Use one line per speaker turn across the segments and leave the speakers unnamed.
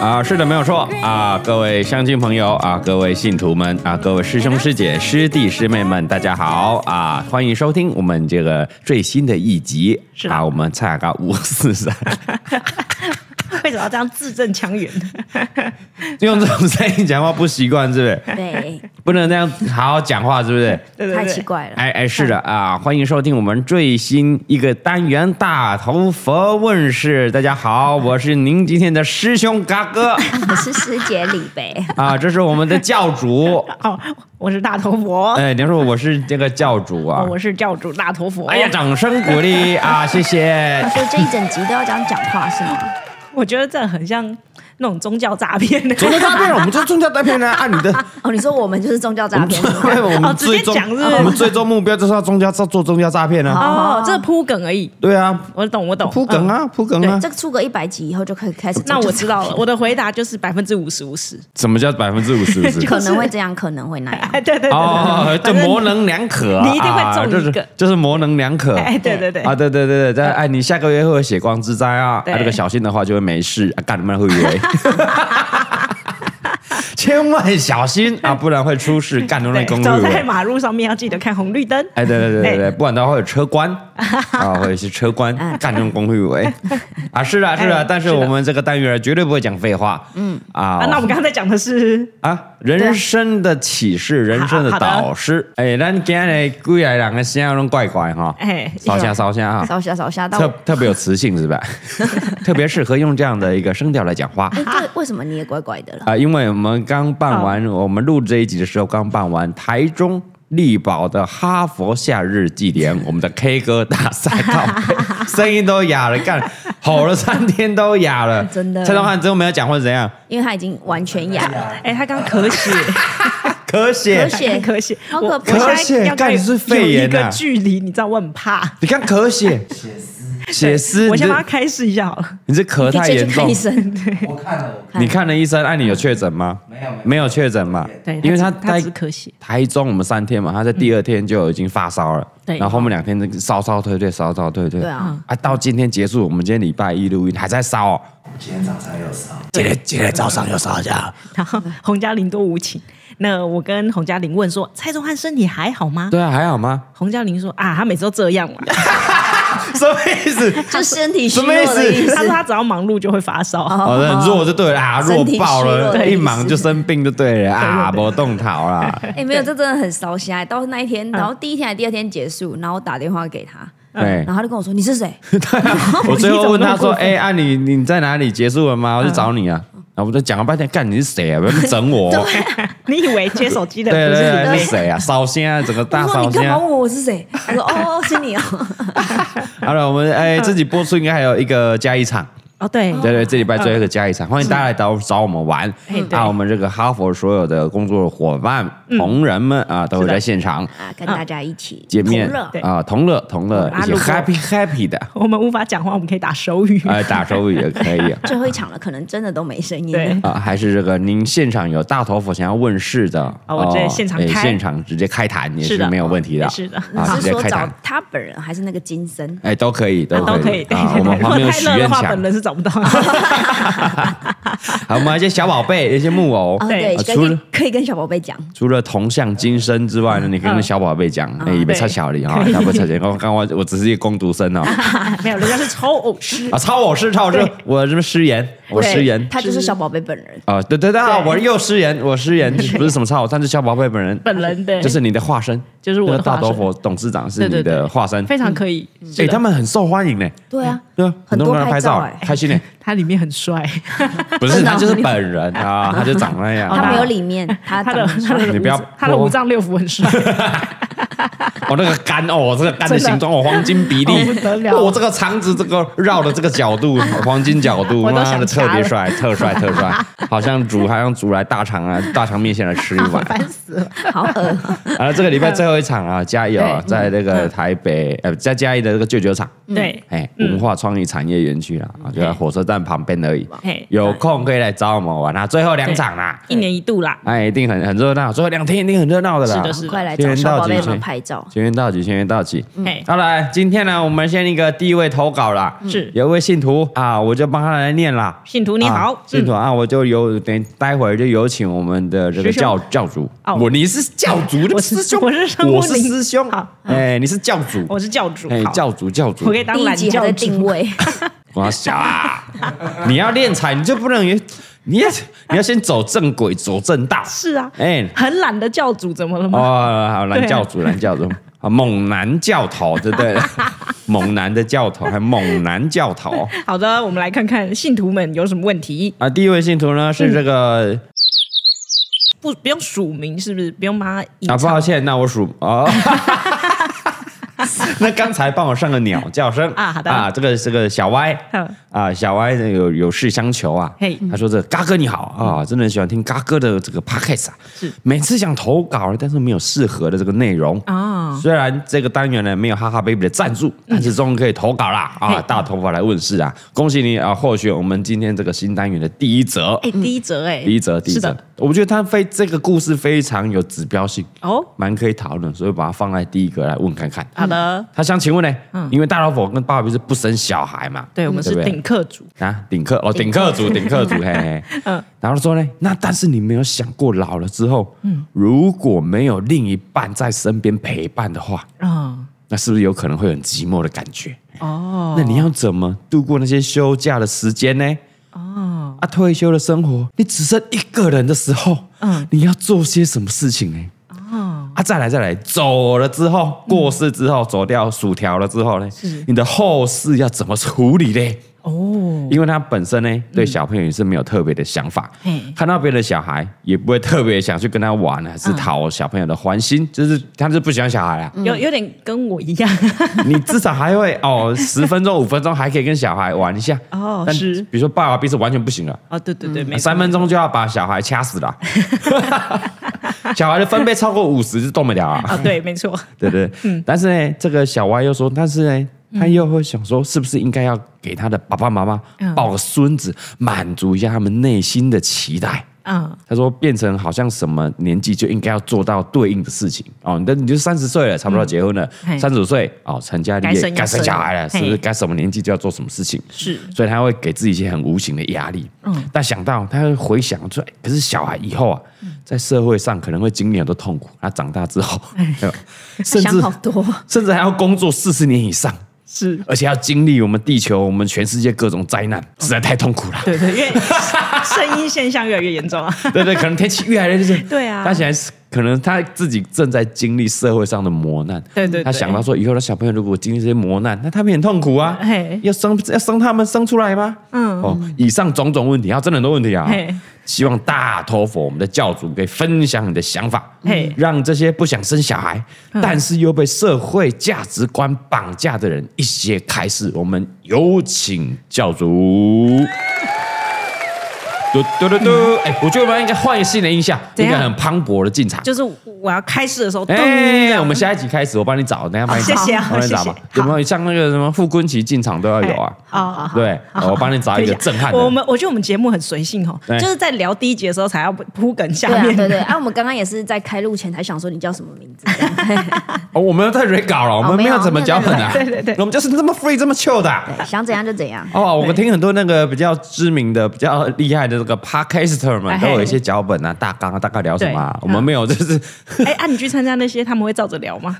啊，是的，没有错啊，各位乡亲朋友啊，各位信徒们啊，各位师兄师姐、师弟师妹们，大家好啊，欢迎收听我们这个最新的一集
是的
啊，我们蔡雅嘎五四三，
为什么要这样字正腔圆？
用这种声音讲话不习惯，是不 是？
对，
不能那样好好讲话，是不是？
对对对，
太奇怪了。
哎哎，是的啊，欢迎收听我们最新一个单元《大头佛问世》。大家好，我是您今天的师兄嘎哥
我是师姐李 呗，
啊，这是我们的教主。
哦，我是大头佛，
哎，你说我是这个教主啊
哦，？我是教主大头佛。
哎呀，掌声鼓励 啊，谢谢。
所以这一整集都要这样讲话是吗？
我觉得这很像那种宗教诈骗的，
宗教诈骗，我们就是宗教诈骗 啊！按你的，
哦，你说我们就是宗教
我
诈
们
骗
最， 我们
哦直接
最终
讲是不是
我们最终目标就是要宗教做做宗教诈骗啊！
哦，这是铺梗而已。
对啊，
我懂，我懂，
铺梗啊，铺梗啊
对！
这个出个一百集以后就可以开始。
嗯。那我知道了，，我的回答就是百分之五十五十。
什么叫百分之五十？
就
可能会这样，可能会那 样。
哎，对 对对
哦，
对，
这
反正
模棱两可啊，
你一定会中
啊
一
就是
个
就是模棱两可。
哎，对对对，呃
啊，对对对对，但哎，你下个月会有血光之灾啊，
对
啊，这个小心的话就会没事，啊，干你们会以 为，千万小心啊，不然会出事，干你们
对
公
走
路。
在马路上面要记得看红绿灯。
哎，对对对对对，
哎
不然的话会有车 关啊，会有一些车关干这种工会委啊，是啊是啊，
哎
但是
是的
我们这个单元绝对不会讲废话，嗯啊
啊，那我们刚才讲的是
啊，人生的启示，人生的
好好的
导师，哎，咱今天归来两个声拢怪怪哈，
哎
烧虾烧虾哈，
烧虾烧虾，但
特
我
特别有磁性是吧？特别适合用这样的一个声调来讲话
哎，对，为什么你也怪怪的了？
啊、因为我们刚办完，我们录这一集的时候刚办完台中力宝的哈佛夏日祭典，我们的 K 歌大赛，靠背声音都哑了，干吼了三天都哑了，
真的
蔡宗汉之后没有讲或怎样，
因为他已经完全哑
啊
了，
哎，他刚咳 血，
咳血，
咳血
咳血，
好
我
可
我
怕
现在要
干你是肺炎
有一
啊
个距离，你知道我很怕。
你看咳血，血丝，
我
你
先帮他
这
开示一下好了。
你这咳
你可
太
以
严
先去看
重
医， 生。
我看了，我
看
你看了医生，哎，你有确诊吗？
没有没有
没有确诊嘛？
对，
因为他
他只他
待
只是咳血，
台中我们三天嘛，他在第二天就已经发烧了，
对
然后后面两天就烧烧退退，烧烧退退，
对啊，
啊，到今天结束，我们今天礼拜一录音还在烧、哦，
今天早上有烧，
今天今天早上又烧一下，
然后洪嘉玲多无情。那我跟洪嘉玲问说：“蔡宗汉身体还好吗
对啊，还 好吗？？”
洪嘉玲说：“啊，他每次都这 样嘛。
什么意 思？
就身体虚
什么
弱
意思
的意思
他。说他只要忙碌就会发烧。
好的，哦很弱就对了啊，弱
身体虚
爆
弱
了，
的
一
意思
忙就生病就对了啊，不动逃啦。
哎，没有，这真的很烧虾。到那一
嗯
天，然后第一天还是第二天结束，然后我打电话给他，
对
然，后他就跟我说你是谁？
我最后问他说：“
你怎么那么过分嗯
哎，啊你你在哪里？结束了吗？我去找你啊。”然后我就讲了半天，干你是谁啊？不要整 我。
你以为接手 机的
对对
不是你
对，
妹
是？谁啊？烧仙啊，整个大
我说
烧
你干
仙
嘛
啊。
问我是谁？他说 哦，是你哦。
好了，我们哎，这集播出应该还有一个加一场，
哦，对，
对对，这礼拜最后一个加一场，欢迎大家来找找我们玩
嘿。对嗯
啊，我们这个哈佛所有的工作伙伴、同仁们啊，都会在现场
啊，跟大家一起
见面
同乐
对
啊，同乐同乐，
啊
一起
如果
happy happy 的，
我们无法讲话，我们可以打手语。
哎，打手语也可以 啊。
最后一场了，可能真的都没声音
对
了。
啊，还是这个您现场有大头佛想要问世的，
啊我直接现场
哎
开
现场直接开坛也
是
是
的哎
没有问题的，
是的
你
啊，直
是
接
说
开
找
坛，
他本人还是那个金森？
哎，都可以，都
都可
可以
以，对
啊，
对
我们
对如
旁
果
边有
太
许
热的
愿
话，
墙
本，人是找不到。
好，我们还有一些小宝贝，一些木偶
啊，，
对
对，
啊
可
除了
以可以跟小宝贝讲，
除了铜像金身之外呢，你可以跟小宝贝讲，哎，别
哦对
差小李啊，他不差钱，我 刚刚我我只是一个工读生 哦，
没有，人家是超偶师。
啊，操我是操我是
对，
我这边失言，我失言。
他就是小宝贝本人。
啊，对对对啊，
对
我又失言， 我失 言不是什么操我，但是小宝贝本人，
本人对
就是你的化身，
就是我的
那个大
化身
头佛董事长是
对
你
对对
的化身，
非常可以，
哎、
是的
他们很受欢迎呢，
对啊，
对啊，
很多
多人拍
拍照
哎
哎
开 心呢。
他里面很帅，
不是，
真的
他
哦
就是本人啊，他就长那 样。
他没有里面，他
他
长
的
得
他的
你不要
五脏 他的五脏六腑 很帅，
我那个肝哦，这个肝的形状哦，黄金比例
哦不得，了
我这个肠子这个绕的这个角 度，黄金角度，
我都
妈
想
的特别
掐
帅，
了
特帅特帅，好像煮好像煮来大肠啊，大肠面线来吃一碗。
烦死了。
好恶。
啊，这个礼拜最后一场啊，嘉义啊，
对嗯
在那个台北呃，在嘉义的这个旧酒厂，
对，
哎，文化创意产业园区啦，啊，就在火车站旁边而已
嗯嘿。
有空可以来找我们玩啊，最后两场啦。
一年一度啦，
哎，一定很很热闹，最后两天一定很热闹的啦。
是的是的
啊
嗯
快来找小宝贝们拍照。
全员到齐，全员到齐。
嘿
好了，今天呢，我们先一个第一位投稿啦，
嗯是
有一位信徒啊，我就帮他来念啦。
信徒你好嗯
啊，信徒啊，我就有等待会儿就有请我们的这个
师兄
教教主。
哦
我你是教主，这
我
个
是
师兄，
我是圣
我
母
是
灵
师兄
好。
哎，你是教主
嗯，我是教主，
哎，
好
教主教主
我可，以当
第一
懒
集还
教
在
主
定位，
我要小啊！你要练财，你就不能你要你要先走正轨，走正道。
是啊，
哎，
很懒的教主怎么了吗？
哦，好，男教主，男教主，啊，猛男教头，对不 对？猛男的教头，还猛男教头
好的，我们来看看信徒们有什么问题，
啊！第一位信徒呢是这个、
不不用署名是不是？不用把它隐
啊，
藏
抱歉，那我数 哦。那刚才帮我上个鸟叫声
啊好的
啊，这个这个小歪
嗯
啊，小歪有有事相求啊
嘿，嗯
他说这嘎哥你好啊，真的很喜欢听嘎哥的这个 podcast 啊
是，
每次想投稿，但是没有适合的这个内容
啊，嗯
虽然这个单元呢没有哈哈 baby 的赞助，但是终于可以投稿啦啊！
嘿
大头发来问世啊，恭喜你啊，获选我们今天这个新单元的第一则，
哎，第一则哎，
第一则，第一
是
则
的，
我觉得他非这个故事非常有指标性，
哦，
蛮可以讨论，所以把它放在第一个来问看看。
好的，嗯
他想请问呢，因为大老虎跟爸爸是不生小孩嘛，
对我们是
不
顶客主，
啊，顶客哦，顶客 族，顶客族，嘿嘿。嗯，然后说呢，那但是你没有想过老了之后，嗯，如果没有另一半在身边陪伴的话，
啊，
那是不是有可能会很寂寞的感觉？
哦，
那你要怎么度过那些休假的时间呢？
哦，
啊，退休的生活，你只剩一个人的时候，
嗯
嗯，你要做些什么事情呢？
哦，
啊，再来再来，走了之后，过世之后，走掉薯条了之后呢，你的后事要怎么处理呢？
哦，
因为他本身呢，对小朋友也是没有特别的想法，
嗯嘿
看到别的小孩也不会特别想去跟他玩，还是讨小朋友的欢心，
嗯
就是他是不喜欢小 孩啊。
有有点跟我一样，
你至少还会哦，十分钟、五分钟还可以跟小孩玩一下。
哦
但
是
比如说爸爸逼是完全不行了，
哦，对对对，没错
三分钟就要把小孩掐死 了。小孩的分贝超过五十就动不了啊，
啊，对，没错，
对不对？但是呢，这个小歪又说，但是呢。他又会想说，是不是应该要给他的爸爸妈妈
嗯
抱个孙子，满足一下他们内心的期待？
嗯，
他说变成好像什么年纪就应该要做到对应的事情哦，那你就三十岁了，差不多要结婚了
嗯嘿，
三十五岁哦，成家立
该
业，
生要
该生小孩了，是
生
不是
嘿
该什么年纪就要做什么事情？
是
所以他会给自己一些很无形的压力。嗯，但想到他会回想出来，可是小孩以后啊，
嗯
在社会上可能会经历很多痛苦，他长大之后，
哎
对吧甚
想
至
好多，啊
甚至还要工作四十年以上，
是，
而且要经历我们地球、我们全世界各种灾难，实在太痛苦了。
对对，因为声音现象越来越严重啊，
对对，可能天气越来越热。
对啊
他现在是可能他自己正在经历社会上的磨难。
对对对
他想到说，以后的小朋友如果经历这些磨难，那他们也很痛苦啊
嘿。
要生要生他们生出来吗？嗯。哦，以上种种问题，啊，真的很多问题啊
嘿。
希望大头佛我们的教主可以分享你的想法
嘿，嗯
让这些不想生小孩，但是又被社会价值观绑架的人一些开示。我们有请教主。嘟嘟嘟嘟！哎、我觉得我们应该换一个新的音效，
怎
应
样
该很磅礴的进场。
就是我要开始的时候，咚
哎、
这样
我们下一集开始，我帮你找，等一下帮你找，
好谢谢啊
我帮你找
谢
吧
谢。
有没有像那个什么傅昆奇进场都要有啊？
哦，
对，我帮你找一个震撼的。
啊我们我觉得我们节目很随性哦，
对
就是在聊第一集的时候才要铺梗下
对啊
面，
对对。啊，我们刚刚也是在开录前才想说你叫什么名 字，这样
哦，我们要在 re 稿了，我们
没有
有怎么脚本啊，
没有没有对对对
我们就是这么 free 这么 chill 的啊。
对想怎样就怎样。
哦，我们听很多那个比较知名的、比较厉害的这个 podcaster 们
哎
都有一些脚本啊、大纲啊，大概聊什么啊。
对
我们没有，就是
哎，啊，你去参加那些，他们会照着聊吗？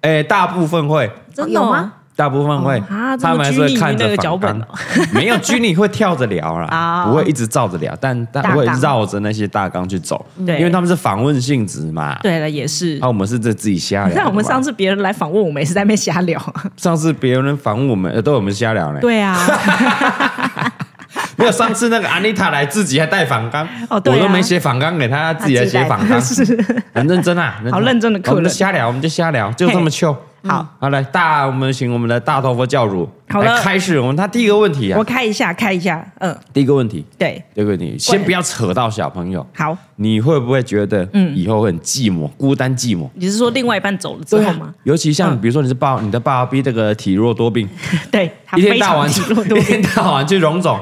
哎，大部分会，
真的
啊有
哦
吗？
大部分会，
啊这么
他们还是会看着
拘泥于那个脚
反
本哦
纲， 没有拘泥会跳着聊啦，
啊
不会一直照着聊，但但
大纲
会绕着那些大纲去走，
对
因为他们是访问性质嘛。啊
对了，也是
那、。我们是这自己瞎聊的嘛。
那我们上次别人来访问我们，也是在那边瞎聊。
上次别人访问我们，呃都我们瞎聊呢。
对啊，
没有上次那个安妮塔来自己还带访纲，
哦对啊啊
我都没写访纲给他，她自己来写访纲， 很认真啊，
好认真的客人
我们就瞎聊，我们就瞎聊，就这么
嘿
秀。
好，
好来大，我们请我们的大头佛教主
好的
来开始我们他第一个问题啊
我，开一下，开一下，嗯，
第一个问题，
对，
第一个问题，先不要扯到小朋友，
好，
你会不会觉得以后会很寂寞、孤单、寂寞？
你是说另外一半走了之后吗？
尤其像
嗯
比如说你是爸，你的爸爸比这个体弱多病，
对，他
一天
非
到
常
晚
体弱多
一 天
病，
到晚去荣总，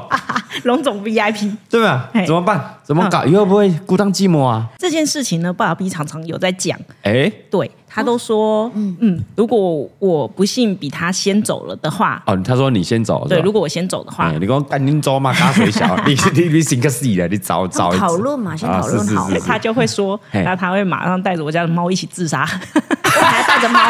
龙总 VIP
对吧
嘿？
怎么办？怎么搞？以后会不会孤单寂寞啊？
这件事情呢，爸爸 B 常常有在讲，
哎，
对，他都说，嗯如果我不幸比他先走了的话，
哦，他说你先走，是吧
对，如果我先走的话
哎，你讲赶紧走嘛，嘎水小，你你你行个屁了，你
哦
早早
讨论嘛先讨论好
啊是是是
他就会说，
嘿
那他会马上带着我家的猫一起自 杀，
还带 着猫，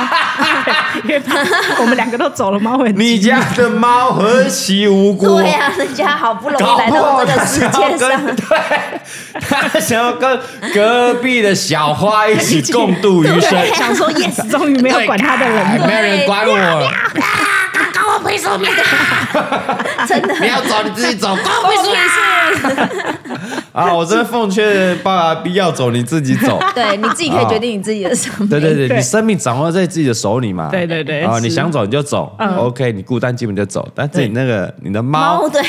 因为怕我们两个都走了，猫会很
你
寂寞
家的猫何其无辜，
对呀、人家好不容
搞
易来
不
到
好
这
他
个世
想要
界上，
跟对，他想要跟隔壁的小花一起共度余生，
对想说 yes，终 于没有管他的
哎
人了。
没有人管我，
真的
你要走你自己走，
我不是，
啊！我这边奉劝爸爸，不要走，你自己走。
对，你自己可以决定你自己的生命。
对对对，
对
你生命掌握在自己的手里嘛。
对对对
啊，
是嗯
你想走你就走，OK，你孤单寂寞你就走，但是你那个你的猫
猫，对，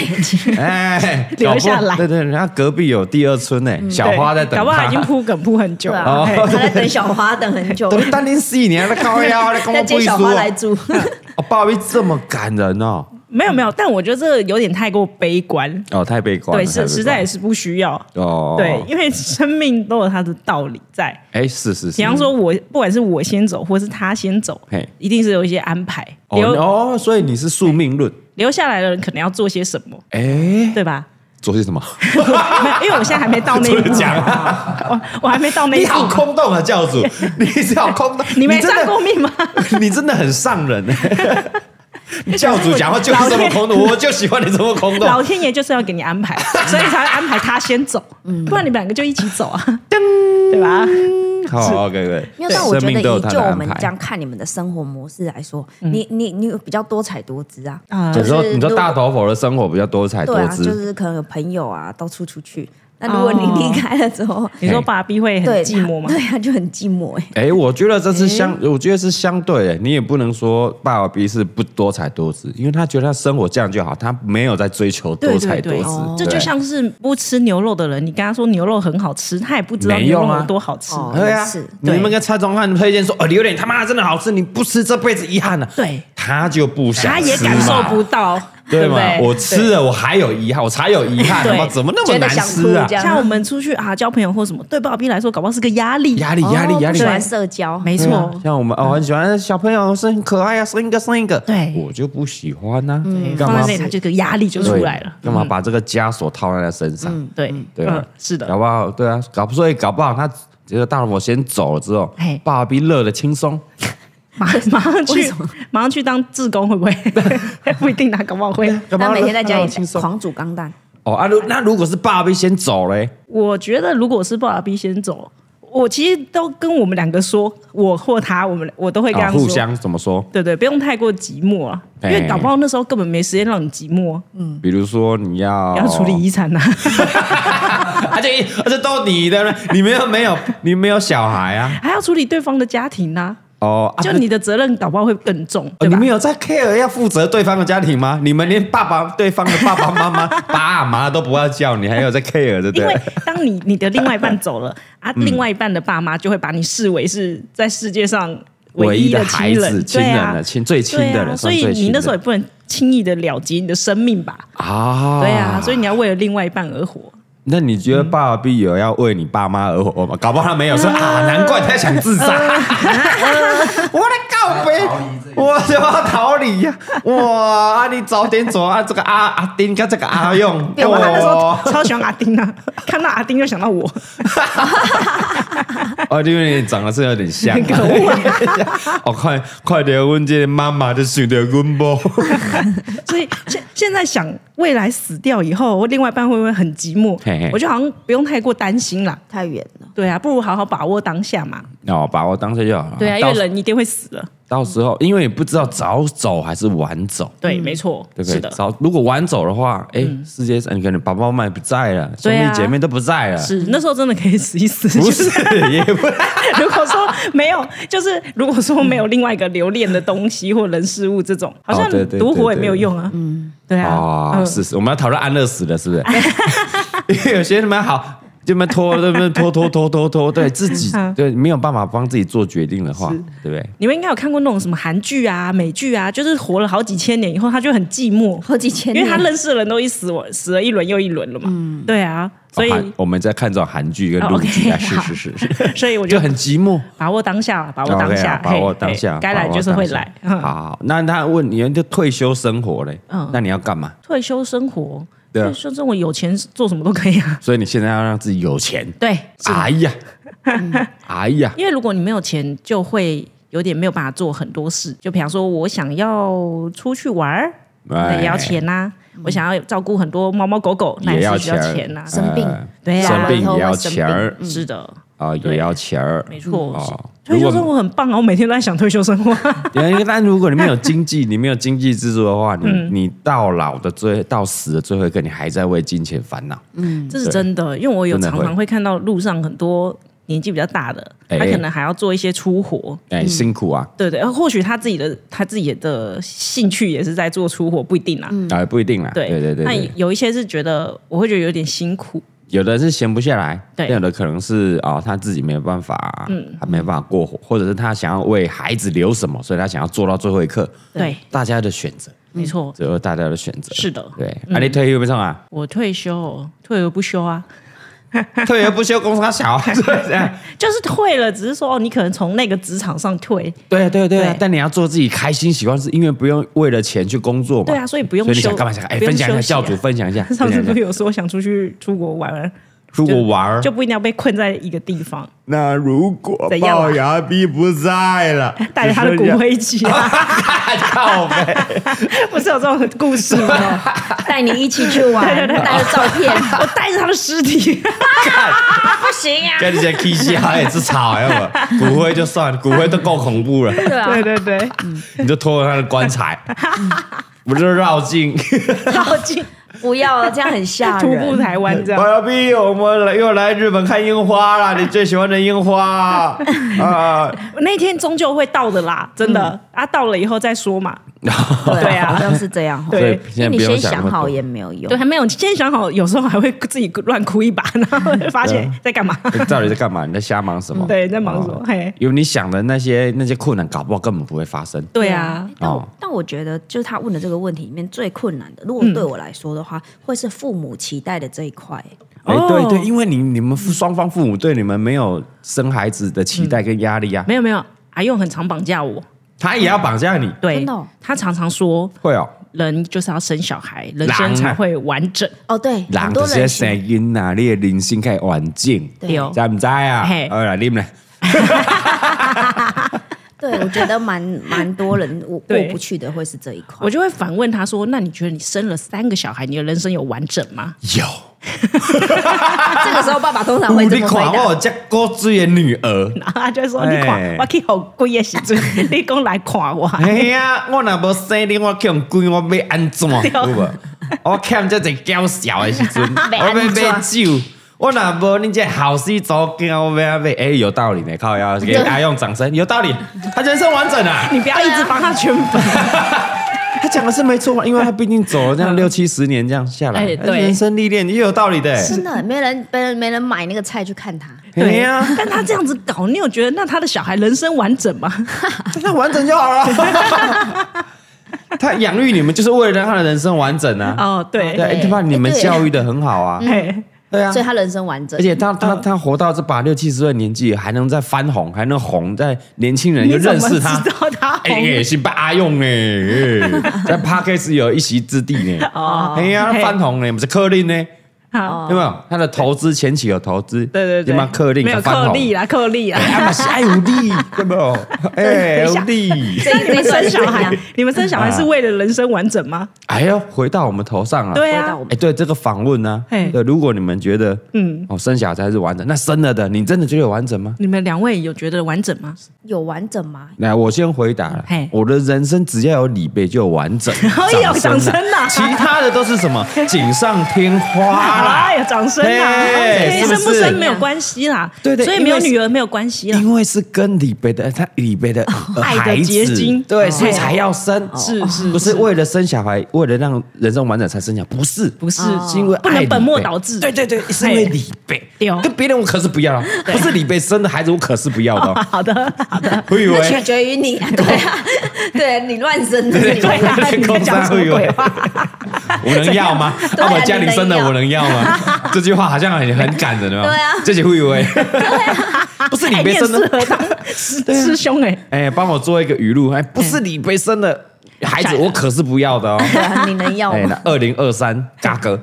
哎，
留
搞不
下来嗯
对对，人家隔壁有第二村呢，小
对
花在等
搞不好
他
已。经铺梗铺很久
对
了。
啊，
嘿
他在等小花等很久
都，是单零四年 了，高腰了，跟我
要
不
接
一
小
说
花。来住。
哦，鲍威这么感人哦，
没有没有，但我觉得这有点太过悲观，
哦，太悲观了，太悲
对，是
观
实在也是不需要。
哦，
对，，因为生命都有它的道理在。
哎，是是
比
是，
方说我，不管是我先走，或是他先走
嘿，
一定是有一些安排。留、
哦哦，所以你是宿命论，
留下来的人可能要做些什么，
哎，
对吧？
做些什么？
没有因为我现在还没到那一步，
讲
我我还 没到那一
你
步
好。空洞啊，教主， 你是好空洞，
你没
真
算过
的，
命吗？
你真的很上 人。教主讲话就是这么空洞，我就喜欢你这么空
老
洞。
天爷就是要给你安 排，所以才会安排他先走，
嗯
不然你们两个就一起走啊，对吧？
好，OK，对，
因为但我觉
生
得
命都有
以
它
就
的
我
安
们这
排。
样看你们的生活模式来说，你你你比较多彩多姿啊，
啊
就
你
是
说，你说
如
大头佛的生活比较多彩多
对啊，就
姿，哦
是可能有朋友啊，到处出去。那如果你离开了之后，
你说爸比会很
对
寂寞吗
他？对啊，就很寂寞哎。
哎，我觉得这是相，我觉得是相对的。你也不能说爸爸 B 是不多彩多姿，因为他觉得他生活这样就好，他没有在追求多彩多姿
哦。
这
对
就像是不吃牛肉的人，你跟他说牛肉很好吃，他也不知道
没
牛
用
肉
啊
有多好吃。
哦
对啊
也是，
你
对
们跟蔡宗汉推荐说哦，榴莲他妈的真的好吃，你不吃这辈子遗憾了、
对，
他就不想
他
吃嘛，
也感受不到，
对
不
嘛
对？
我吃了，我还有遗憾，我才有遗憾，
对
嘛，怎么那么难吃
觉得想
啊
哭这？样
像我们出去啊交朋友或什么，对爸比来说，搞不好是个压力。
压力，压
哦
力，压
不
力
喜。欢社交，
没
对啊
错，
像我们哦，很喜欢小朋友生很可爱啊，生一个生一个，
对嗯
我就不喜欢呐，干
放在
嘛
那里，他就个压力就出
对
来了。
干嘛把这个枷锁套在他身上？
对，
对啊吧
嗯是的，
搞不好对啊，搞不所以搞不好他觉得大老婆先走了之后
嘿，
爸爸比乐得轻松，
马 马上
为
去
什，
马上去当志工会不会？不一定啊，搞不好会。
干嘛
他每天在家
乐
里
得轻松
狂煮钢蛋，
哦啊，如那如果是爸爸先走嘞，
我觉得如果是爸爸 B 先走，我其实都跟我们两个说，我或他，我们我都会跟
啊，
他们
互
说。
相怎么说？
对对，不用太过寂寞啊，因为
哎
搞不好那时候根本没时间让你寂寞，
比如说你要
嗯
啊
要处理 遗产啊呐、
哦而且而且都你的，你没有没有你没有小孩啊？
还要处理对方的家庭呐、
哦，啊
就你的责任搞不好会更重，
哦
对
你
吧？
们有在 care 要负责对方的家庭吗？你们连爸爸对方的爸爸妈妈、爸妈都不要叫你，还有在 care 对不
因为
对？
当你你的另外一半走 了啊，
嗯
另外一半的爸妈就会把你视为是在世界上
唯一
一
的
亲
孩子，亲
对
人
啊
了，，亲最亲
对
的人，
啊，所
算
以
最
你
亲
那时候
的
也不能轻易的了结你的生命吧？
啊，
对啊，所以你嗯要为了另外一半而活。
那你觉得爸爸必有要为你爸妈而活吗？搞不好他没有
嗯
说啊，难怪他想自杀。 我的告别，我就要逃离呀！哇，啊你早点走啊！这个阿阿丁跟这个阿用，
对，我那时候
哇
超喜欢阿丁啊，看到阿丁就想到我，
哦，因为你长得是有点像
很。可恶 啊。
哦，快快点，问这个妈妈就想到阮 某。
所以现现在想未来死掉以后，我另外一半会不会很寂寞
嘿嘿？
我就好像不用太过担心啦。
太远了。
对啊，不如好好把握当下嘛。
哦，把握当下就好了。
对啊，因
到
为人一定会死的。
到时候，因为你不知道早走还是晚走。
嗯
对，没错，
对不
是
对？
的，嗯
早如果晚走的话，哎，世界上你可能爸爸妈妈也不在了，兄
对啊
弟姐妹都不在了，
是那时候真的可以死一死。
不
就是是
也 不
如果说没有，就是如果说没有另外一个留恋的东西或人事物这种，好像
哦对对
独活
对
也
对
没有用啊。嗯，对啊，
哦，
嗯
是是，我们要讨论安乐死的，是不是？因为有些什么好这么拖，这么拖拖拖拖拖，对自己
嗯
对没有办法帮自己做决定的话，对不对？
你们应该有看过那种什么韩剧啊、美剧啊，就是活了好几千年以后，他就很寂寞，
好几千
因
年，嗯
为他认识的人都一死我死了一轮又一轮了嘛。对啊，所以、
哦韩我们在看这种韩剧跟陆剧啊，
哦，OK，
是
好
是是是，
所以 我
就
就
很寂寞。
把握当下，把握当
OK
下，
啊把
嘿
握当下
嘿，该来就是会来。
把握当下好好，好那他问你就退休生活嘞，
嗯
那你要干嘛？
退休生活，
对啊
退休生活有钱做什么都可以啊。
所以你现在要让自己有钱。
对，是嗯
哎呀，哎呀，
因为如果你没有钱，就会有点没有办法做很多事。就比方说，我想要出去玩儿，
哎
那也要钱呐、我想要照顾很多猫猫狗狗，那
也要
是需要钱啊呐、
生病
呃
对啊
生病也要
然后生病
钱儿
是的，
啊，也要钱儿。
没错。
哦，
退休生
活，
活很棒啊！我每天都在想退休生活。
但如果你没有经济，你没有经济支柱的话，你
嗯
你到老的最到死的最后一刻，你还在为金钱烦恼。
这是真的，因为我有常常会看到路上很多年纪比较大的，
哎
他可能还要做一些出活，
哎，辛苦啊，
对不对，或许他自己的他自己的兴趣也是在做出活，不一定啊。
啊，不一定啦。对对对
那
对，
有一些是觉得我会觉得有点辛苦，
有的人是闲不下来，
对
但
嗯
有的可能是啊，他自己没有办法，他没有办法过活，或者是他想要为孩子留什么，所以他想要做到最后一刻。
对，
大家的选择，
没错，
只有大家的选择。
是嗯的。
嗯对，啊，你退休不上 啊？
我退休，退而不休啊，
退而不休，工伤小，啊是不是
就是退了，只是说哦，你可能从那个职场上退，
对啊对啊对啊
对，
但你要做自己开心喜欢的事，因为不用为了钱去工作嘛。
对啊，所以不用
所以你
休，
想干嘛想干嘛？哎，
不用
分享一下
休息啊
教主，分享一下，分
上次
享
不
一
是
下。
有说想出去出国玩，
如果玩儿
就，不一定要被困在一个地方，
那如果
怎样啊
龅牙逼不在了，
带着他的骨灰一起啊，
靠背，
不是有这种故事吗？
哦带你一起去玩， 带着照片，
我带着他的尸体，
不行啊，
跟你讲 K 西好像也是草，哎要不骨灰就算，了，骨灰都够恐怖了，
对啊，
对对，
你就拖着他的棺 材，我就绕境。
啊
靠近
不要了，这样很 吓
徒步
人。
台湾这
我
样，
要逼我们来又来日本看樱花 了，你最喜欢的樱花啊！啊
那天终究会到的啦，真的啊，到了以后再说嘛。对啊
好像是这样哦。
对
所以现在
因为
不
你
用
先
想那
想
么
好
多
也没有用
对，。还没有先想好，有时候还会自己乱哭一把， 然后发现在干嘛？
你到底在干嘛？你在瞎忙什么？
对，你在忙什么
哦？
嘿，
因为你想的那些那些困难，搞不好根本不会发生。
对啊，
但我、
哦
但我觉得，就是他问的这个问题里面最困难的，如果对我来说的话，会是父母期待的这一块。
哎、
哦
对对，因为你你们父双方父母对你们没有生孩子的期待跟压力啊，
没有没有，阿用很常绑架我，
他也要绑架你，
对
真的哦，
他常常说
会哦，
人就是要生小孩，人
狼
生
啊
才会完整，
哦，对，
人
很
就
多
是要
人
生
是
囡呐，你的人生开始完整，
对
对哦
知不知道啊
嘿？
好啦，你们来
对，我觉得蛮蛮多人 我过
对
不去的会是这一块。
我就会反问他说：“那你觉得你生了三个小孩，你的人生有完整吗 ，
有，
啊这个时候，爸爸通常会
有
这
你
么回
看
答。
啊我这高追的女儿？”
然后他就说：“你
哎
看，我去好贵的时阵，你讲来看我。”
哎呀，我若无生你，我欠鬼，我要安怎？有无？我欠这一娇小的时阵，我
要
要
安怎
买酒。我若无你这好事做，我要买。哎，有道理呢，靠腰给他用掌声，有道理，他人生完整啊。
你不要一直帮他圈粉，
他讲的是没错嘛，因为他毕竟走了这样六七十年这样下来，
哎
他
对
人生历练也有道理的。
真的，没人没人没人买那个菜去看他，
哎呀，
但他这样子搞，你有觉得那他的小孩人生完整吗？
那完整就好了。他养育你们就是为了让他的人生完整啊。
哦，对，
对，哎他把你们教育的很好啊。
哎，
对啊
所，以他人生完整
而。且他
嗯
他他活到这把六七十岁的年纪，还能再翻红，还能红，在年轻人就
你怎
认
么
识
知
他。
道他
哎、
红？
哎是八用哎、 哎在 Parkes 有一席之地呢、
哦
哎呀，
嘿
翻红呢，不是克令呢，
好，
有没有？他的投资前期有投资，
对对对，
嘛克令
没有
翻
克
红，
力啦，克力 啦。
哎啊嘛是爱有力，对不？ 哎，有力。
这
那你们
这一
生
段是
小
怎 样
孩，啊你们生小孩是为了人生完整吗？
哎呦，回到我们头上了。
对
回
啊
到我，们
哎，对这个访问呢、
嘿
对，如果你们觉得，嗯
嗯，
哦，生小孩才是完整，那生了的，你真的觉得有完整吗？
你们两位有觉得完整吗？
有完整吗？
来，我先回答了
嘿。
我的人生只要有李贝就有完整，
哎呦
掌
掌声
啊
呐
其他的都是什么锦上添花啦
哎呀，掌声啊！
嘿
对
是不
生不
是
生没有关系啦，
对对
所以
因为
没有
是
女儿没有关系啦。
因为是跟李贝的他李贝的呃
爱的
孩
结
子
晶，
对，
哦
所以才要生，
是是
不是为了生小孩，为了让人生完整才生小孩？不是，不
是
是因为
哦不能
爱李贝
本末倒置
对对对，是因为李贝
对哦，
跟别人我可是不要了，啊不是李贝生的孩子我可是不要的 哦，
好的，好的，
我以
那取
为。
决于你 啊，对啊，对你乱生的，
对
你乱
对
啊
对
你在讲什么鬼话？
我能要 吗？
对啊
啊，我家里生的
你能要
我能要 吗？这句话好像很很感人哦。
对啊
这些会以 为不是
哎
李
你
贝
也
生
适
的，
合当师师兄哎，
啊 哎，帮我做一个语录，哎，不是李贝生的孩子，我可是不要的哦。
对啊，你能要
哎，
吗？
那二零二三嘎 哥，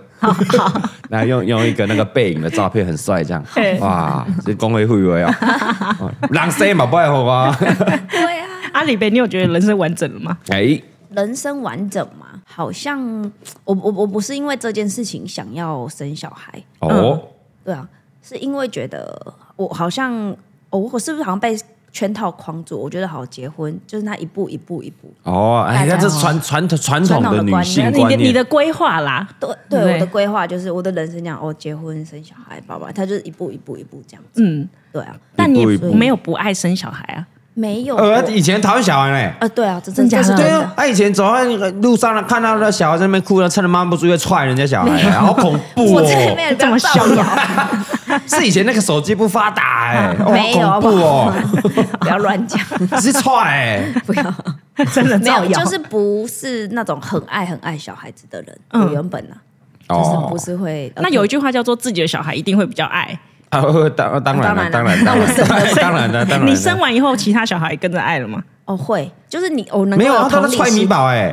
那用用一个那个背影的照片很帅，这 样
嘿
哇，这恭维会 为哦，人生嘛不爱好 啊，
对啊，
阿里贝，你有觉得人生完整了吗？
哎，
人生完整嘛，好像我我我不是因为这件事情想要生小孩，
哦，
对啊，是因为觉得我好像哦，我是不是好像被圈套框住？我觉得好结婚就是那一步一步一步，
哦，哎，那
大家
这传传统传统的女性
传
你
观
的你
念，
的规划啦，
对对，
对
我的规划就是我的人生这样，哦，结婚生小孩，爸爸，他就是一步一步一步这样子，
嗯，
对啊，
但
一
你也
步一步
没有不爱生小孩啊，
没有
呃，
过
以前讨厌小孩嘞。
啊，对啊，这
真假
这是
的
真
对
的
啊，，他以前走在那个路上看到那小孩在那边哭，趁着妈妈不注意踹人家小孩，好恐怖
我这边
哦！
人不要
这么啊
造
凶
谣，
是以前那个手机不发达哎，
没有
恐怖哦，
不要 乱讲，
是踹哎，
不要。
真的
没有，
造谣
就是不是那种很爱很爱小孩子的人。
嗯
我原本呢、啊，
哦
就是不是会、呃
那有一句话叫做自己的小孩一定会比较爱，
啊，呃当当然了，当
当
然
然
了，
了
当 然
那我
了， 当然了，当然了。
你生完以后，其他小孩也跟着爱 了吗？
哦会，就是你哦能够
没有啊？他
同
都
理
踹米
心，
宝 哎，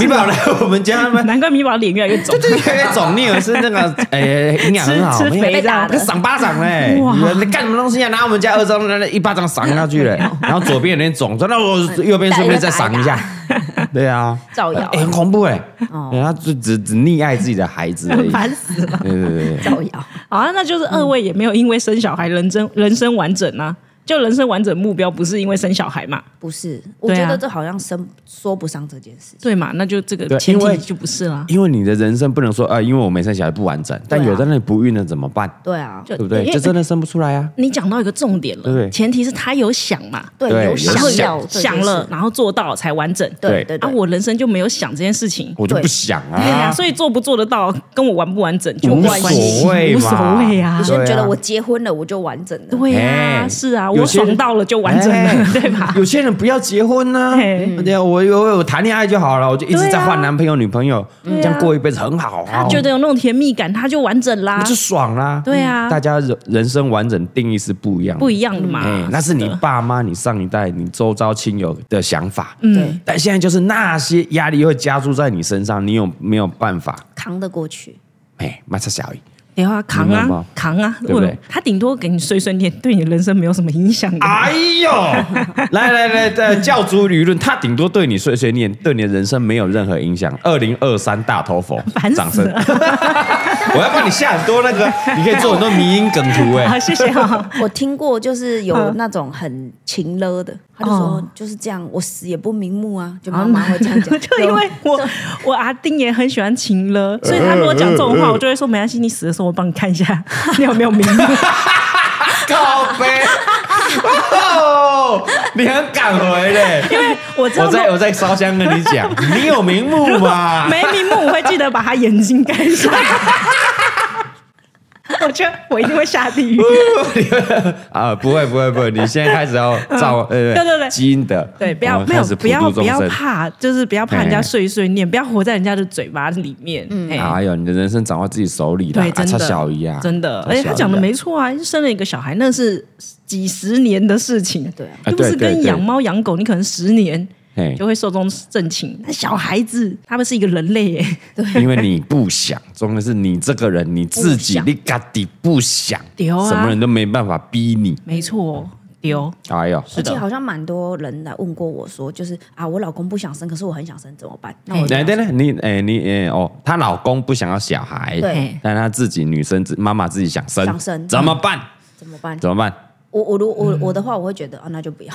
米宝来我们家吗？
难怪米宝脸越来越肿
这。这 个肿瘤是那个哎，营养很好，
吃吃肥
被打
的，
那
的
啊赏巴掌嘞！
哇
你干什么东西啊？拿我们家二张那一巴掌赏下去 嘞，然后左边有点肿，说那我右边顺便再赏一下。
哎
对啊，
造谣啊
哎很恐怖哎！
哦
对他只只只溺爱自己的孩子而已。
烦死了！
对对对，
造谣，
好啊，那就是二位
嗯
也没有因为生小孩人生人生完整啊，就人生完整目标不是因为生小孩嘛，
不是？我
对啊
觉得这好像生说不上这件事情。
对嘛？那就这
对
个前
因为
提就不是啦。
因为你的人生不能说啊，因为我没生小孩不完整，但
对啊
有的那不孕的怎么办？
对啊，
就
对不对？
因为
就真的生不出来啊。
你讲到一个重点了，
对不对
前提是他有想嘛，
对
对
有
有
想
然后
想
要
有
这件
想
事
了，，然后做到才完整。
对
对对
啊，
对，
我人生就没有想这件事情。
我就不
对
想
对呀、
啊，
所以做不做得到跟我完不完整就
无
关系，
所谓
无
嘛
所谓啊
有。些人
对啊
觉得我结婚了我就完整了，
对呀、
哎
是啊，
有
我
些人
爽到了就 完整了，
哎
对吧？
有些人不要结婚呢、
嘿啊
对啊，我有我谈恋爱就好了，我就一直在换男朋友、女朋友，这样过一辈子很好啊，
他觉得有那种甜蜜感，他就完整啦
我，就爽啦。嗯
对啊
大家人人生完整定义是不一样的，
不一样的嘛。
哎，那是你爸妈、你上一代、你周遭亲友的想法。
嗯，
但现在就是那些压力会加注在你身上，你有没有办法？
扛得过去。
哎，马差小姨，
对啊，扛
明白吗
啊，扛啊，
对不对
我他顶多给你碎碎念，对你人生没有什么影 响的。啊
哎呦，来来来，呃，教主理论，他顶多对你碎碎念，对你的人生没有任何影响。二零二三大头佛
烦，
掌
死
声！
了！
我要帮你下很多那个，你可以做很多迷因梗图
好，
哎。
啊谢谢哈。
我听过就是有那种很情勒的，他就说
嗯哦
就是这样，我死也不瞑目啊，就妈妈会这样 讲，
就因为我我阿丁也很喜欢情了，
哎
所以他如果讲这种话，我就会说没关系，你死的时候我帮你看一下， 你有没有名 目？
靠背，哦，你很敢回嘞。
因为我知道
我在
如
我
果
在烧香跟你 讲，你有名目吗？
没名目，我会记得把他眼睛盖上。我觉得我一定会下地
哦
狱。
啊，不会不会不会，你现在开始要 造呃
嗯对对对
基因的，
对，不要
我们
没有
开始普
不要
度
不
众
要
生。
怕，就是不要怕人
哎
家碎碎念，不要活在人家的嘴巴里面。
嗯
哎
哎呦，你的人生掌握自己手里了，
对，
啊
真
差
的
小姨啊，
真的，
差
而且他
小姨
讲的
啊
没错啊，生了一个小孩，那是几十年的事情，
对啊
啊
又不是
对对
跟
对
养猫养狗，你可能十年
嘿
就会寿终正寝。那小孩子他们是一个人类耶，
因为你不想，重点是你这个人你自己，你嘎底不想，
对啊
什么人都没办法逼你。
没错，丢
哎呦，
而且好像蛮多人来问过我说，就是啊，我老公不想生，可是我很想生，怎么办？那我
哎，对对，你哎你哎哦，她老公不想要小孩，
对，
但她自己女生自妈妈自己想生，
想生
怎么办？
怎么办？
怎么办？
我我如
嗯
我我的话，我会觉得啊，那就不要。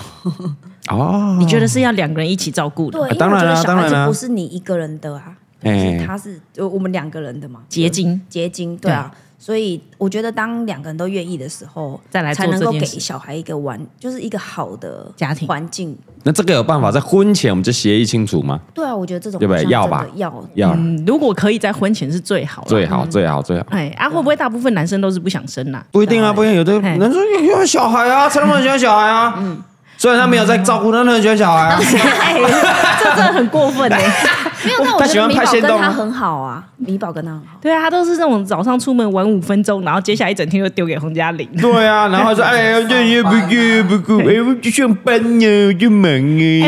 哦，嗯
你觉得是要两个人一起照顾的？
对，因为
当
我
然
觉
啦
得小
当
啊
孩
然啦
子不是你一个人的啊，但
哎
是他是呃我们两个人的嘛，
结晶
结晶，对啊。所以我觉得，当两个人都愿意的时候，
再来做
才能够
这
给
件事
小孩一个玩，就是一个好的
家庭
环境。
那这个有办法在婚前我们就协议清楚吗？
对啊，我觉得这种
对不对
好像
要
真
吧
的要
要
嗯，如果可以在婚前是最好了。啊
最好最好最好，
哎啊，会不会大部分男生都是不想生啦？
不一定啊，不一定，有的
哎
人说有小孩啊，陈默很喜欢小孩啊，虽然他没有在照顾，但他很喜欢小孩啊，
哎，这真的很过分哎、
没有，那我
他喜
觉得
欢
米
拍
宝
线
跟
动
他
吗
很好啊，米宝跟他很好。
对啊，他都是那种早上出门玩五分钟，然后接下来一整天就丢给洪嘉玲。
对啊，然后说哎呀，这也不够不够，哎，我就上班呢，就忙
哎、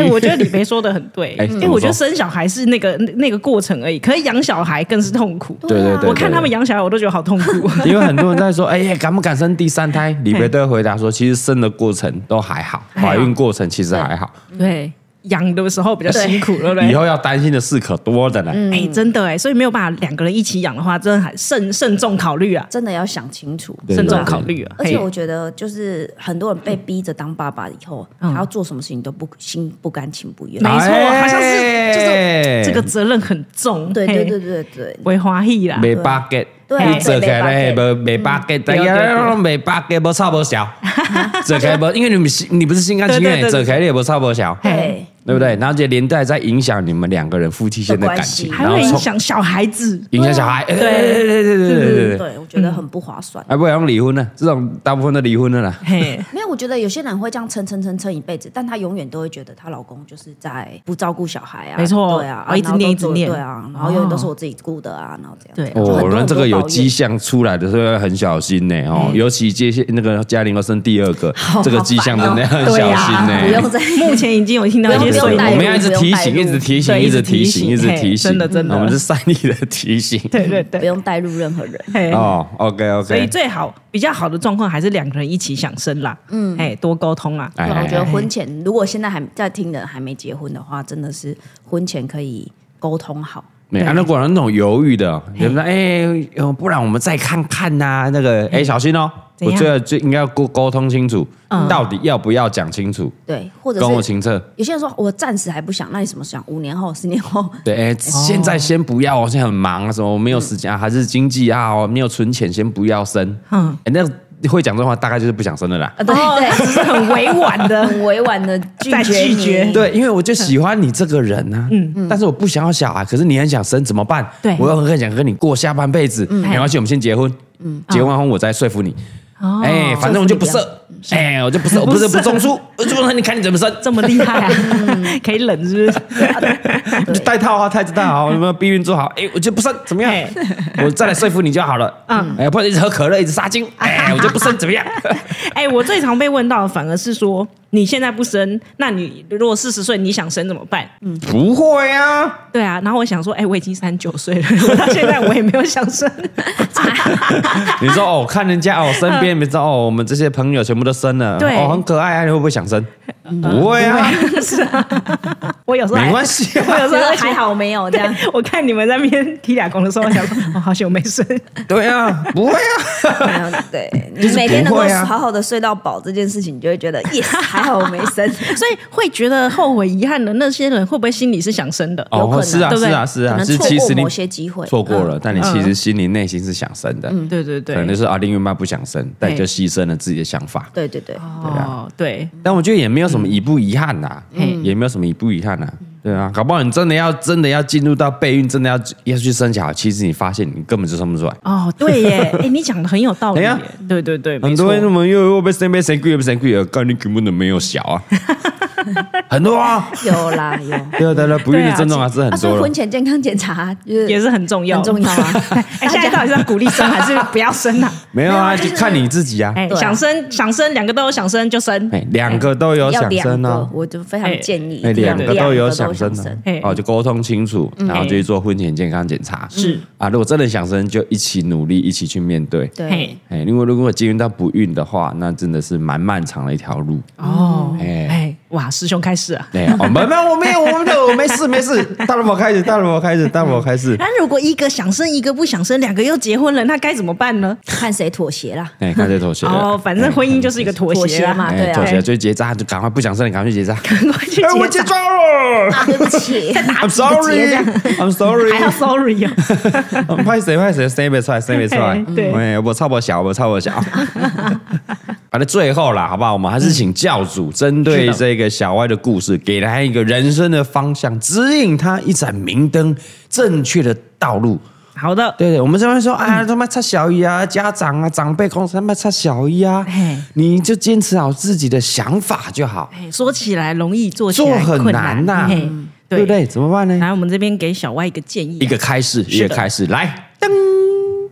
哎
我觉得李梅说的很对，
哎
因为
怎么
我觉得
说
生小孩是那个那那个过程而已，可是养小孩更是痛苦。
对对对，
我看他们
对。
养小孩，我都觉得好痛苦。
对因为很多人在说，哎呀，敢不敢生第三胎？李梅都会回答说，其实生的过程都还好，怀孕过程其实还好，
对，养的时候比较辛苦，对
以
不对？
后要担心的事可多的呢。
哎、真的哎，所以没有办法两个人一起养的话，真的还慎慎重考虑啊，
真的要想清楚。
对
慎重考虑啊。
而且
嘿
我觉得，就是很多人被逼着当爸爸以后，
嗯
他要做什么事情都不心不甘情不愿。
没错好像是
是
这个责任很重，
对对
嘿
对，对对，
为花艺啦，
没 bucket，
啊对
你做起来
对
无没 bucket，大
对对
家
对
没 bucket，无差无小， 做起来无，因为你们是你不是心甘情
对
愿，
对对
做起来也无差无小，
对
对不对？然后就连带在影响你们两个人夫妻间的感情，
的关系
还
然后
会影
从
响小孩子。
影响小孩，哎对对对对对对对对，
对，我觉得
嗯
很不划算。
还不然离婚呢？这种大部分都离婚的啦。
嘿，
没有，我觉得有些人会这样撑撑撑撑一辈子，但她永远都会觉得她老公就是在不照顾小孩啊，
没错哦
对啊，
我一直
然后都
念一直
做
念哦
对啊，然后永远都是我自己顾的啊，然后这样
对
这样就很
哦
多，
那这个有
很多抱怨嗯
迹象出来的时候要很小心呢哦，尤其接下那个嘉玲要生第二个，这个迹象真的要很
对
小
啊
心呢。
不用再
目前已经有听到一些
不用
碎
不用
我
念
带带入
们要一直提醒，
不
一
用带入
直提醒，
对
一直
一直
提醒，一
提
直
醒
提醒，
嘿真的真的
我们是善意的提醒。
对对
不
对，
用带入任何人。
嘿
哦，OK
所以
OK，
最好比较好的状况还是两个人一起想生啦，嗯，哎，多沟通啦。
哎
对啊我觉得
哎
婚前，如果现在还在听的人还没结婚的话，真的是婚前可以沟通好。
没啊，那果然那种犹豫的，人说哎，呃不然我们再看看呐，那个哎，小心哦，
怎
我
样
最后最应该要沟沟通清楚，到底要不要讲清楚，
对，或者
跟我
是
清澈。
有些人说我暂时还不想，那你什么时候想？五年后、十年 后，
对，哎，现在先不要，我现在很忙啊，什么我没有时间啊，还是经济啊，我没有存钱，先不要生。
嗯，
哎，那会讲这种话，大概就是不想生的啦。
啊，对
哦
对，
只是很委婉的，
很委婉的拒
再
绝
拒
你
绝
对，因为我就喜欢你这个人啊，但是我不想要小孩，可是你很想生，怎么办？
嗯对
我又很想跟你过下半辈子，没关系，我们先结婚，结完婚我再说服你。
嗯哦
哎，反正我就不射，哎，我就不射，我不是
啊不
不
射
中出，我就你看你怎么生，
这么厉害啊， 可以冷是不是？
就戴套啊，太子戴好，有没有避孕做好？哎，我就不生，怎么样？ 我再来说服你就好了。
嗯
哎，不然一直喝可乐，一直杀精，哎， 我就不生，怎么样？
哎，我最常被问到的反而是说，你现在不生，那你如果四十岁你想生怎么办？
不会啊，
对啊，然后我想说，哎，我已经三十九岁 了，我到现在我也没有想 生，
你说哦，看人家哦，身边你知道哦，我们这些朋友全部都生了，
对
哦，很可爱啊，你会不会想生？
嗯
不会啊，
是啊，我有时候还
没关系啊，
我有时候
就是还好没有这样。
我看你们在那边踢俩工的时候，我想说，哦，好久没生。
对 啊，不会啊，
没有对
就
你
是
每天能
不
够
会啊
好好的睡到饱这件事情，你就会 觉得 yes，还好我没生。
所以会觉得后悔、遗憾的那些人，会不会心里是想生的？
有可能
是啊，
对不
是
对
啊，是
可
啊，
能
是
错
其
过
实你
某些机会，嗯
错过了，但你其实心里内心是想生的，
对对对，
可能就是啊，另一半不想生，但你就
嘿
牺牲了自己的想法。
对对对，
哦，对，
但我觉得也没有什么遗不遗憾呐，
嗯
也没有什么遗不遗憾呐。
嗯
对啊，搞不好你真的要真的要进入到备孕，真的要要去生小孩，其实你发现你根本就生不出来。
哦，对耶，哎，你讲的很有道理耶
哎呀，
对对对，
很
没错
多人怎么又又被谁被谁贵又被谁贵啊？干你根本就没有小啊， 很多啊，
有啦 有。
对啊对啊，不孕
对
的
啊
症状还是很
啊，所
多
以
了
婚。前健康检查就是
也是很重要，
很重要。啊。
哎，现在到底是要鼓励生还是不要生啊？
没有啊，就看你自己啊。
哎，
对啊
想生想生，两个都有想生就生，
哎，两个都有
要
想
两
生
个
啊，，
我就非常建议
哎，
一定要
两个都有想
想
生
生
啊
哎，
哦，就沟通清楚，然后就去做婚前健康检查。
是
啊，如果真的想生，就一起努力，一起去面对。
对
嘿，
哎，因为如果经历到不孕的话，那真的是蛮漫长的一条路。
哦，
哎
哎，哇，师兄开始啊，
对，哦，没没，我没有，我没有，我没事没事，大萝卜开始，大萝卜开始，大萝卜开始。
那如果一个想生，一个不想生，两个又结婚了，那该怎么办呢？
看谁妥协啦。
哎，看这妥协了。
哦，反正婚姻就是一个妥
妥
协
协
啊
嘛对
哎，
啊
妥协就结扎，就赶快不想生，你赶快去结扎。
赶快去
哎，我
结
结
账，
扎了
啊，对不起，
，I'm
结这样
sorry，I'm
还要
sorry， 嗯
sorry 哦。
拍谁拍谁，生不出来，生不出来
哎。 对
哎，我差不多小，我差不多 小。反正最后啦，好不好？我们还是请教主针对这个小歪的故事，给他一个人生的方向，指引他一盏明灯，正确的道路。
好的，
对对，我们这边说
嗯
啊，他妈差小一啊，家长啊，长辈公司他妈差小一啊
嘿，
你就坚持好自己的想法就好，
哎说起来容易，做起
做
来
很
困
难呐
嘿
对不对？怎么办呢？
来，我们这边给小歪一个建议啊、
一个开始，一
是的
个开始，来，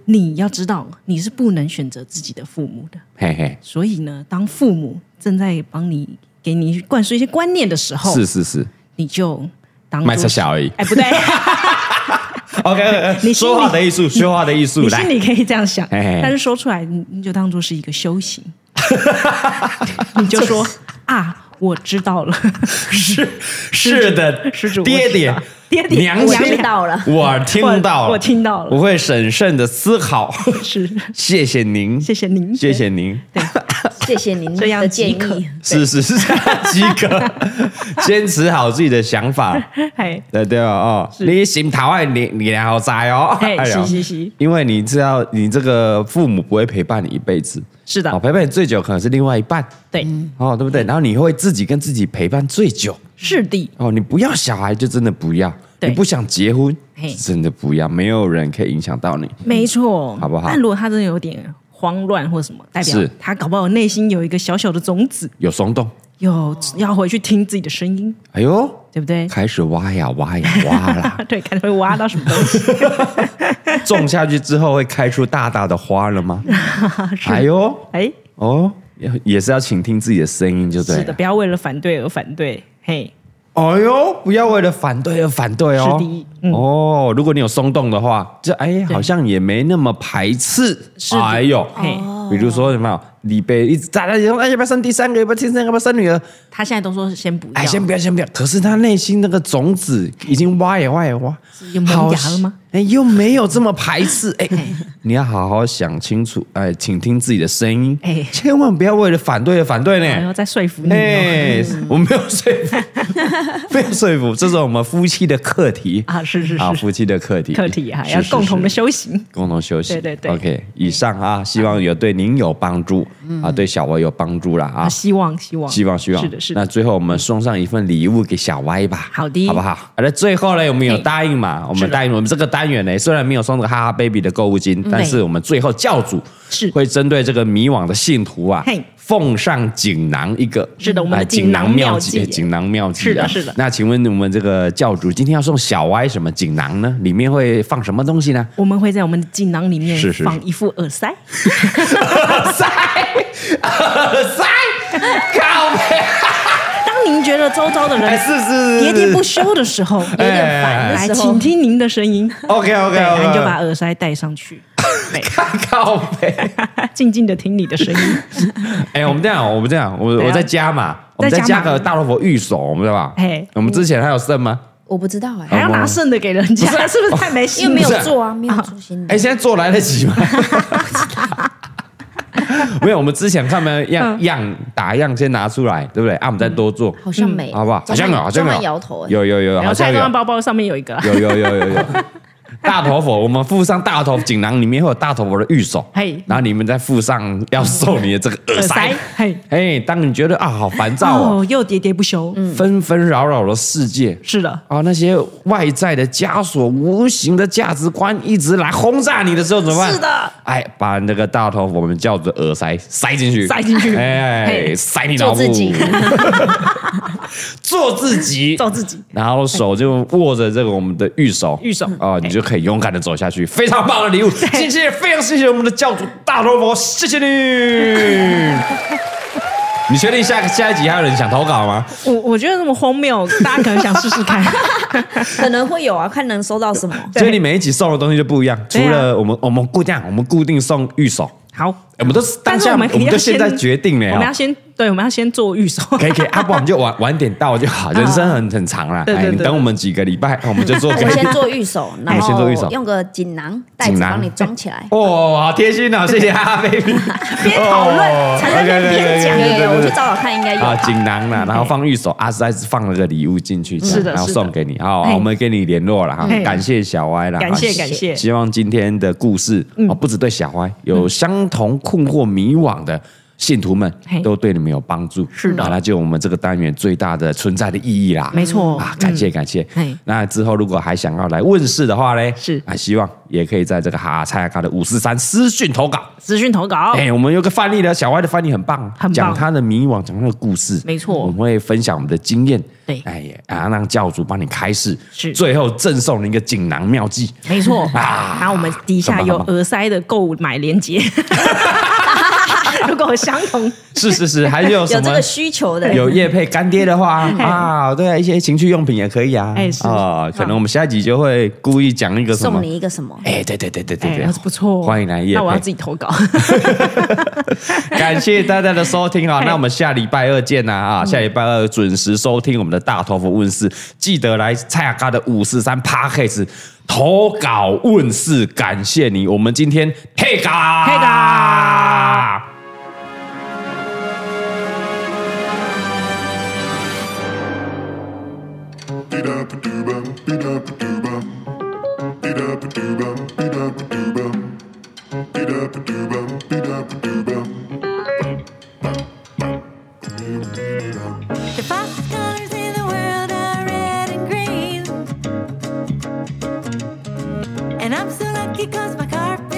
你要知道，你是不能选择自己的父母的。
嘿嘿，
所以呢，当父母正在帮你给你灌输一些观念的时候，
是是是，
你就当
卖
做
差小一
哎，不对，
，OK，
你心里
说话的艺术，说话的艺术，
你
来
心，里可以这样想，
嘿嘿嘿
但是说出来你你就当做是一个 修行，你就说啊，我知道了，
是是的，
施主
爹
我知
爹
道爹爹
娘
我
亲
知道了
我听到了，
我我听到了
我会审慎的思考，
是
谢谢您，
谢谢您，
谢谢您。
谢谢您
这样
的建
即可
议。
是是 是，及格，坚持好自己的想法，
哎
对对哦哦，你心头爱你你俩好宅哦，
哎，
呦
是是是，
因为你知道你这个父母不会陪伴你一辈子，
是
哦，
的，嗯
陪伴你最久可能是另外一半，
对，
嗯
哦，对不对？然后你会自己跟自己陪伴最久，
是的，
哦，你不要小孩就真的不要，
对
你不想结婚
嘿
真的不要，没有人可以影响到你，
没错，
好不好
但如果他真的有点慌乱或什么，代表
是
他搞不好内心有一个小小的种子，
有松动，哦
有要回去听自己的声音，
哎呦，
对不对？
开始挖呀挖呀挖啦。
对，看会挖到什么东西。
种下去之后会开出大大的花了 吗？哎呦，
哎，
哦，也也是要倾听自己的声音，就对
是的，
了。
不要为了反对而反对。嘿，
哎呦，不要为了反对而反对哦。
是的嗯
哦，如果你有松动的话，就哎，好像也没那么排斥。
是的
哎呦，
嘿，
比如说什么，李贝一直在那里说，哎，要不要生第三个？要不要生要不要生女儿？
他现在都说先不要，
哎，先不要，先不要。可是他内心那个种子已经挖也挖也挖，
有萌芽了吗？
哎，又没有这么排斥。哎，你要好好想清楚，哎，请听自己的声音，
哎
千万不要为了反对而反对
然
呢
后。再说服你、哦。
哎，我没有说 服，没有说服，这是我们夫妻的课题
啊，是是
啊，
是，
夫妻的课题，
课题啊，
是
要
是
共同的
是
修行。
共同休息。
对对对
OK，以上啊，希望有对您有帮助
嗯
啊，对小歪有帮助啦啊
啊，。希望希望
希望希望
是的是
那
的，
最后我们送上一份礼物给小歪吧，
好的
好不好？好的，最后呢，我们有
嘿
答应嘛？我
是
们
的嗯
答应我们这个单元呢，虽然没有送这个哈哈 baby 的购物金，但是我们最后教主
是
会针对这个迷惘的信徒啊
嘿，
奉上锦囊一个，
是的我们
啊
的锦囊妙计
哎锦囊妙计啊
是的是的
那请问我们这个教主今天要送小歪什么锦囊呢？里面会放什么东西呢？
我们会在我们的锦囊里面
是是是
放一副耳塞，
耳塞，耳 塞，靠背，
当您觉得周遭的
哎
人
是是是，
喋喋呃不休的时候，有
哎
点
哎
烦，
哎
来，
哎
请听您的声音。
OK
对，
OK
然后
OK，
你就把耳塞戴上去，
靠背。
静静的听你的 声音。
哎，我们这样，我们这样，我
怎样
我再加嘛，我们再
再加
加
码
个大萝卜御手，我们对吧？
嘿
我们之前还有剩吗？
我不知道哎、
还要拿剩的给人 家，是不是太没
哦因
心
为
了？
没
不是啊
有做啊，没有 做新的
哎，。现在做来得及吗？ 没有，我们之前看没有样样打样先拿出来，对不对？啊，我们再多做，
好
嗯
像没，
好不好？好像有，好像
专门
有，
摇头哎、
有有有，
然
好
后
像
蔡
有
康，包包上面有一个，
有有有有有。大头佛，我们附上大头锦囊，里面会有大头佛的玉手，
嘿
然后你们再附上要送你的这个耳塞，，
嘿，
哎，当你觉得啊好烦躁哦，
哦，又喋喋不休，
嗯
纷纷扰扰的世界
是的，
啊，那些外在的枷锁、无形的价值观一直来轰炸你的时候，怎么办？
是的，
哎，把那个大头佛我们叫做耳塞塞进去，
塞进去
哎，
嘿
塞你脑部，
做自 己
做自己，
照自己
然后手就握着这个我们的玉手，
玉手哎
啊，你就可以勇敢的走下去，非常棒的礼物，谢谢，非常谢谢我们的教主大头佛，谢谢 你。你确定下下一集还有人想投稿吗？
我我觉得那么荒谬， 大家可能想试试 看，
可能会有啊，看能收到什 么。
对
所以你每一集送的东西就不一样，除
对啊
了我们我们固定我们固定送玉手，
好
哎。我们都是当
但是
下
我们
我们
要
就现
先
在决定了
我们要
哦，
先对，我们要先做预售。
可以 可以，啊，不，我们就晚晚点到就好，人生很很长啦。
啊对对
哎你
对
等我们几个礼拜，哦我们就 做给
我
你。
先做预手，然
哎先做
后
预手
用个锦囊袋子
锦囊
帮你装起来。
哦，好贴心哦，谢谢阿 baby。哦
边讨论才在那边边讲，
对对对对对对
有有，我去找找看，应该有
啊，
吧。
锦囊啦，然后放玉手，阿实在是放了个礼物进去，这样
嗯是的
然后
是的
送给你，好，
嘿
我们跟你联络了哈
嘿，
感谢小歪啦，
感谢
啊
感谢嗯
希望今天的故事啊，不止对小歪有相同困惑迷惘的。信徒们
嘿
都对你们有帮助，
是的
啊那就我们这个单元最大的存在的意义啦，
没错嗯
啊，感谢感谢
嘿。
那之后如果还想要来问世的话呢，
是
啊，希望也可以在这个哈蔡亚卡的五四三私讯投稿，
资讯投稿，
哎、我们有个范例呢，小歪的范例很棒，
哦很棒
讲他的迷惘，讲他的故事，
没错
我们会分享我们的经验，
对
哎，啊，让教主帮你开示，
是
最后赠送你一个锦囊妙计，
没错。
啊
然后我们底下
很
有
棒很棒
耳塞的购买链接， 如果有相同，
是是是，还有什
有这
么
个？需求的，
有叶配干爹的话啊，对啊，一些情趣用品也可以啊。
哎是
啊，可能我们下一集就会故意讲一个什么
送，你一个什么？
哎，对对对对对
哎，
对
那，是不错哦。
欢迎来叶
那我要
配
自，己投稿。
感谢大家的收听啊！
嘿
那我们下礼拜二见呐啊！下礼拜二准时收听我们的大头佛问世，记得来蔡雅嘎的五四三 p a c k a g e 投稿问世，感谢你！我们今天嘿嘎
嘿嘎。
The fastest colors in the world are red and green. And I'm so lucky cause my car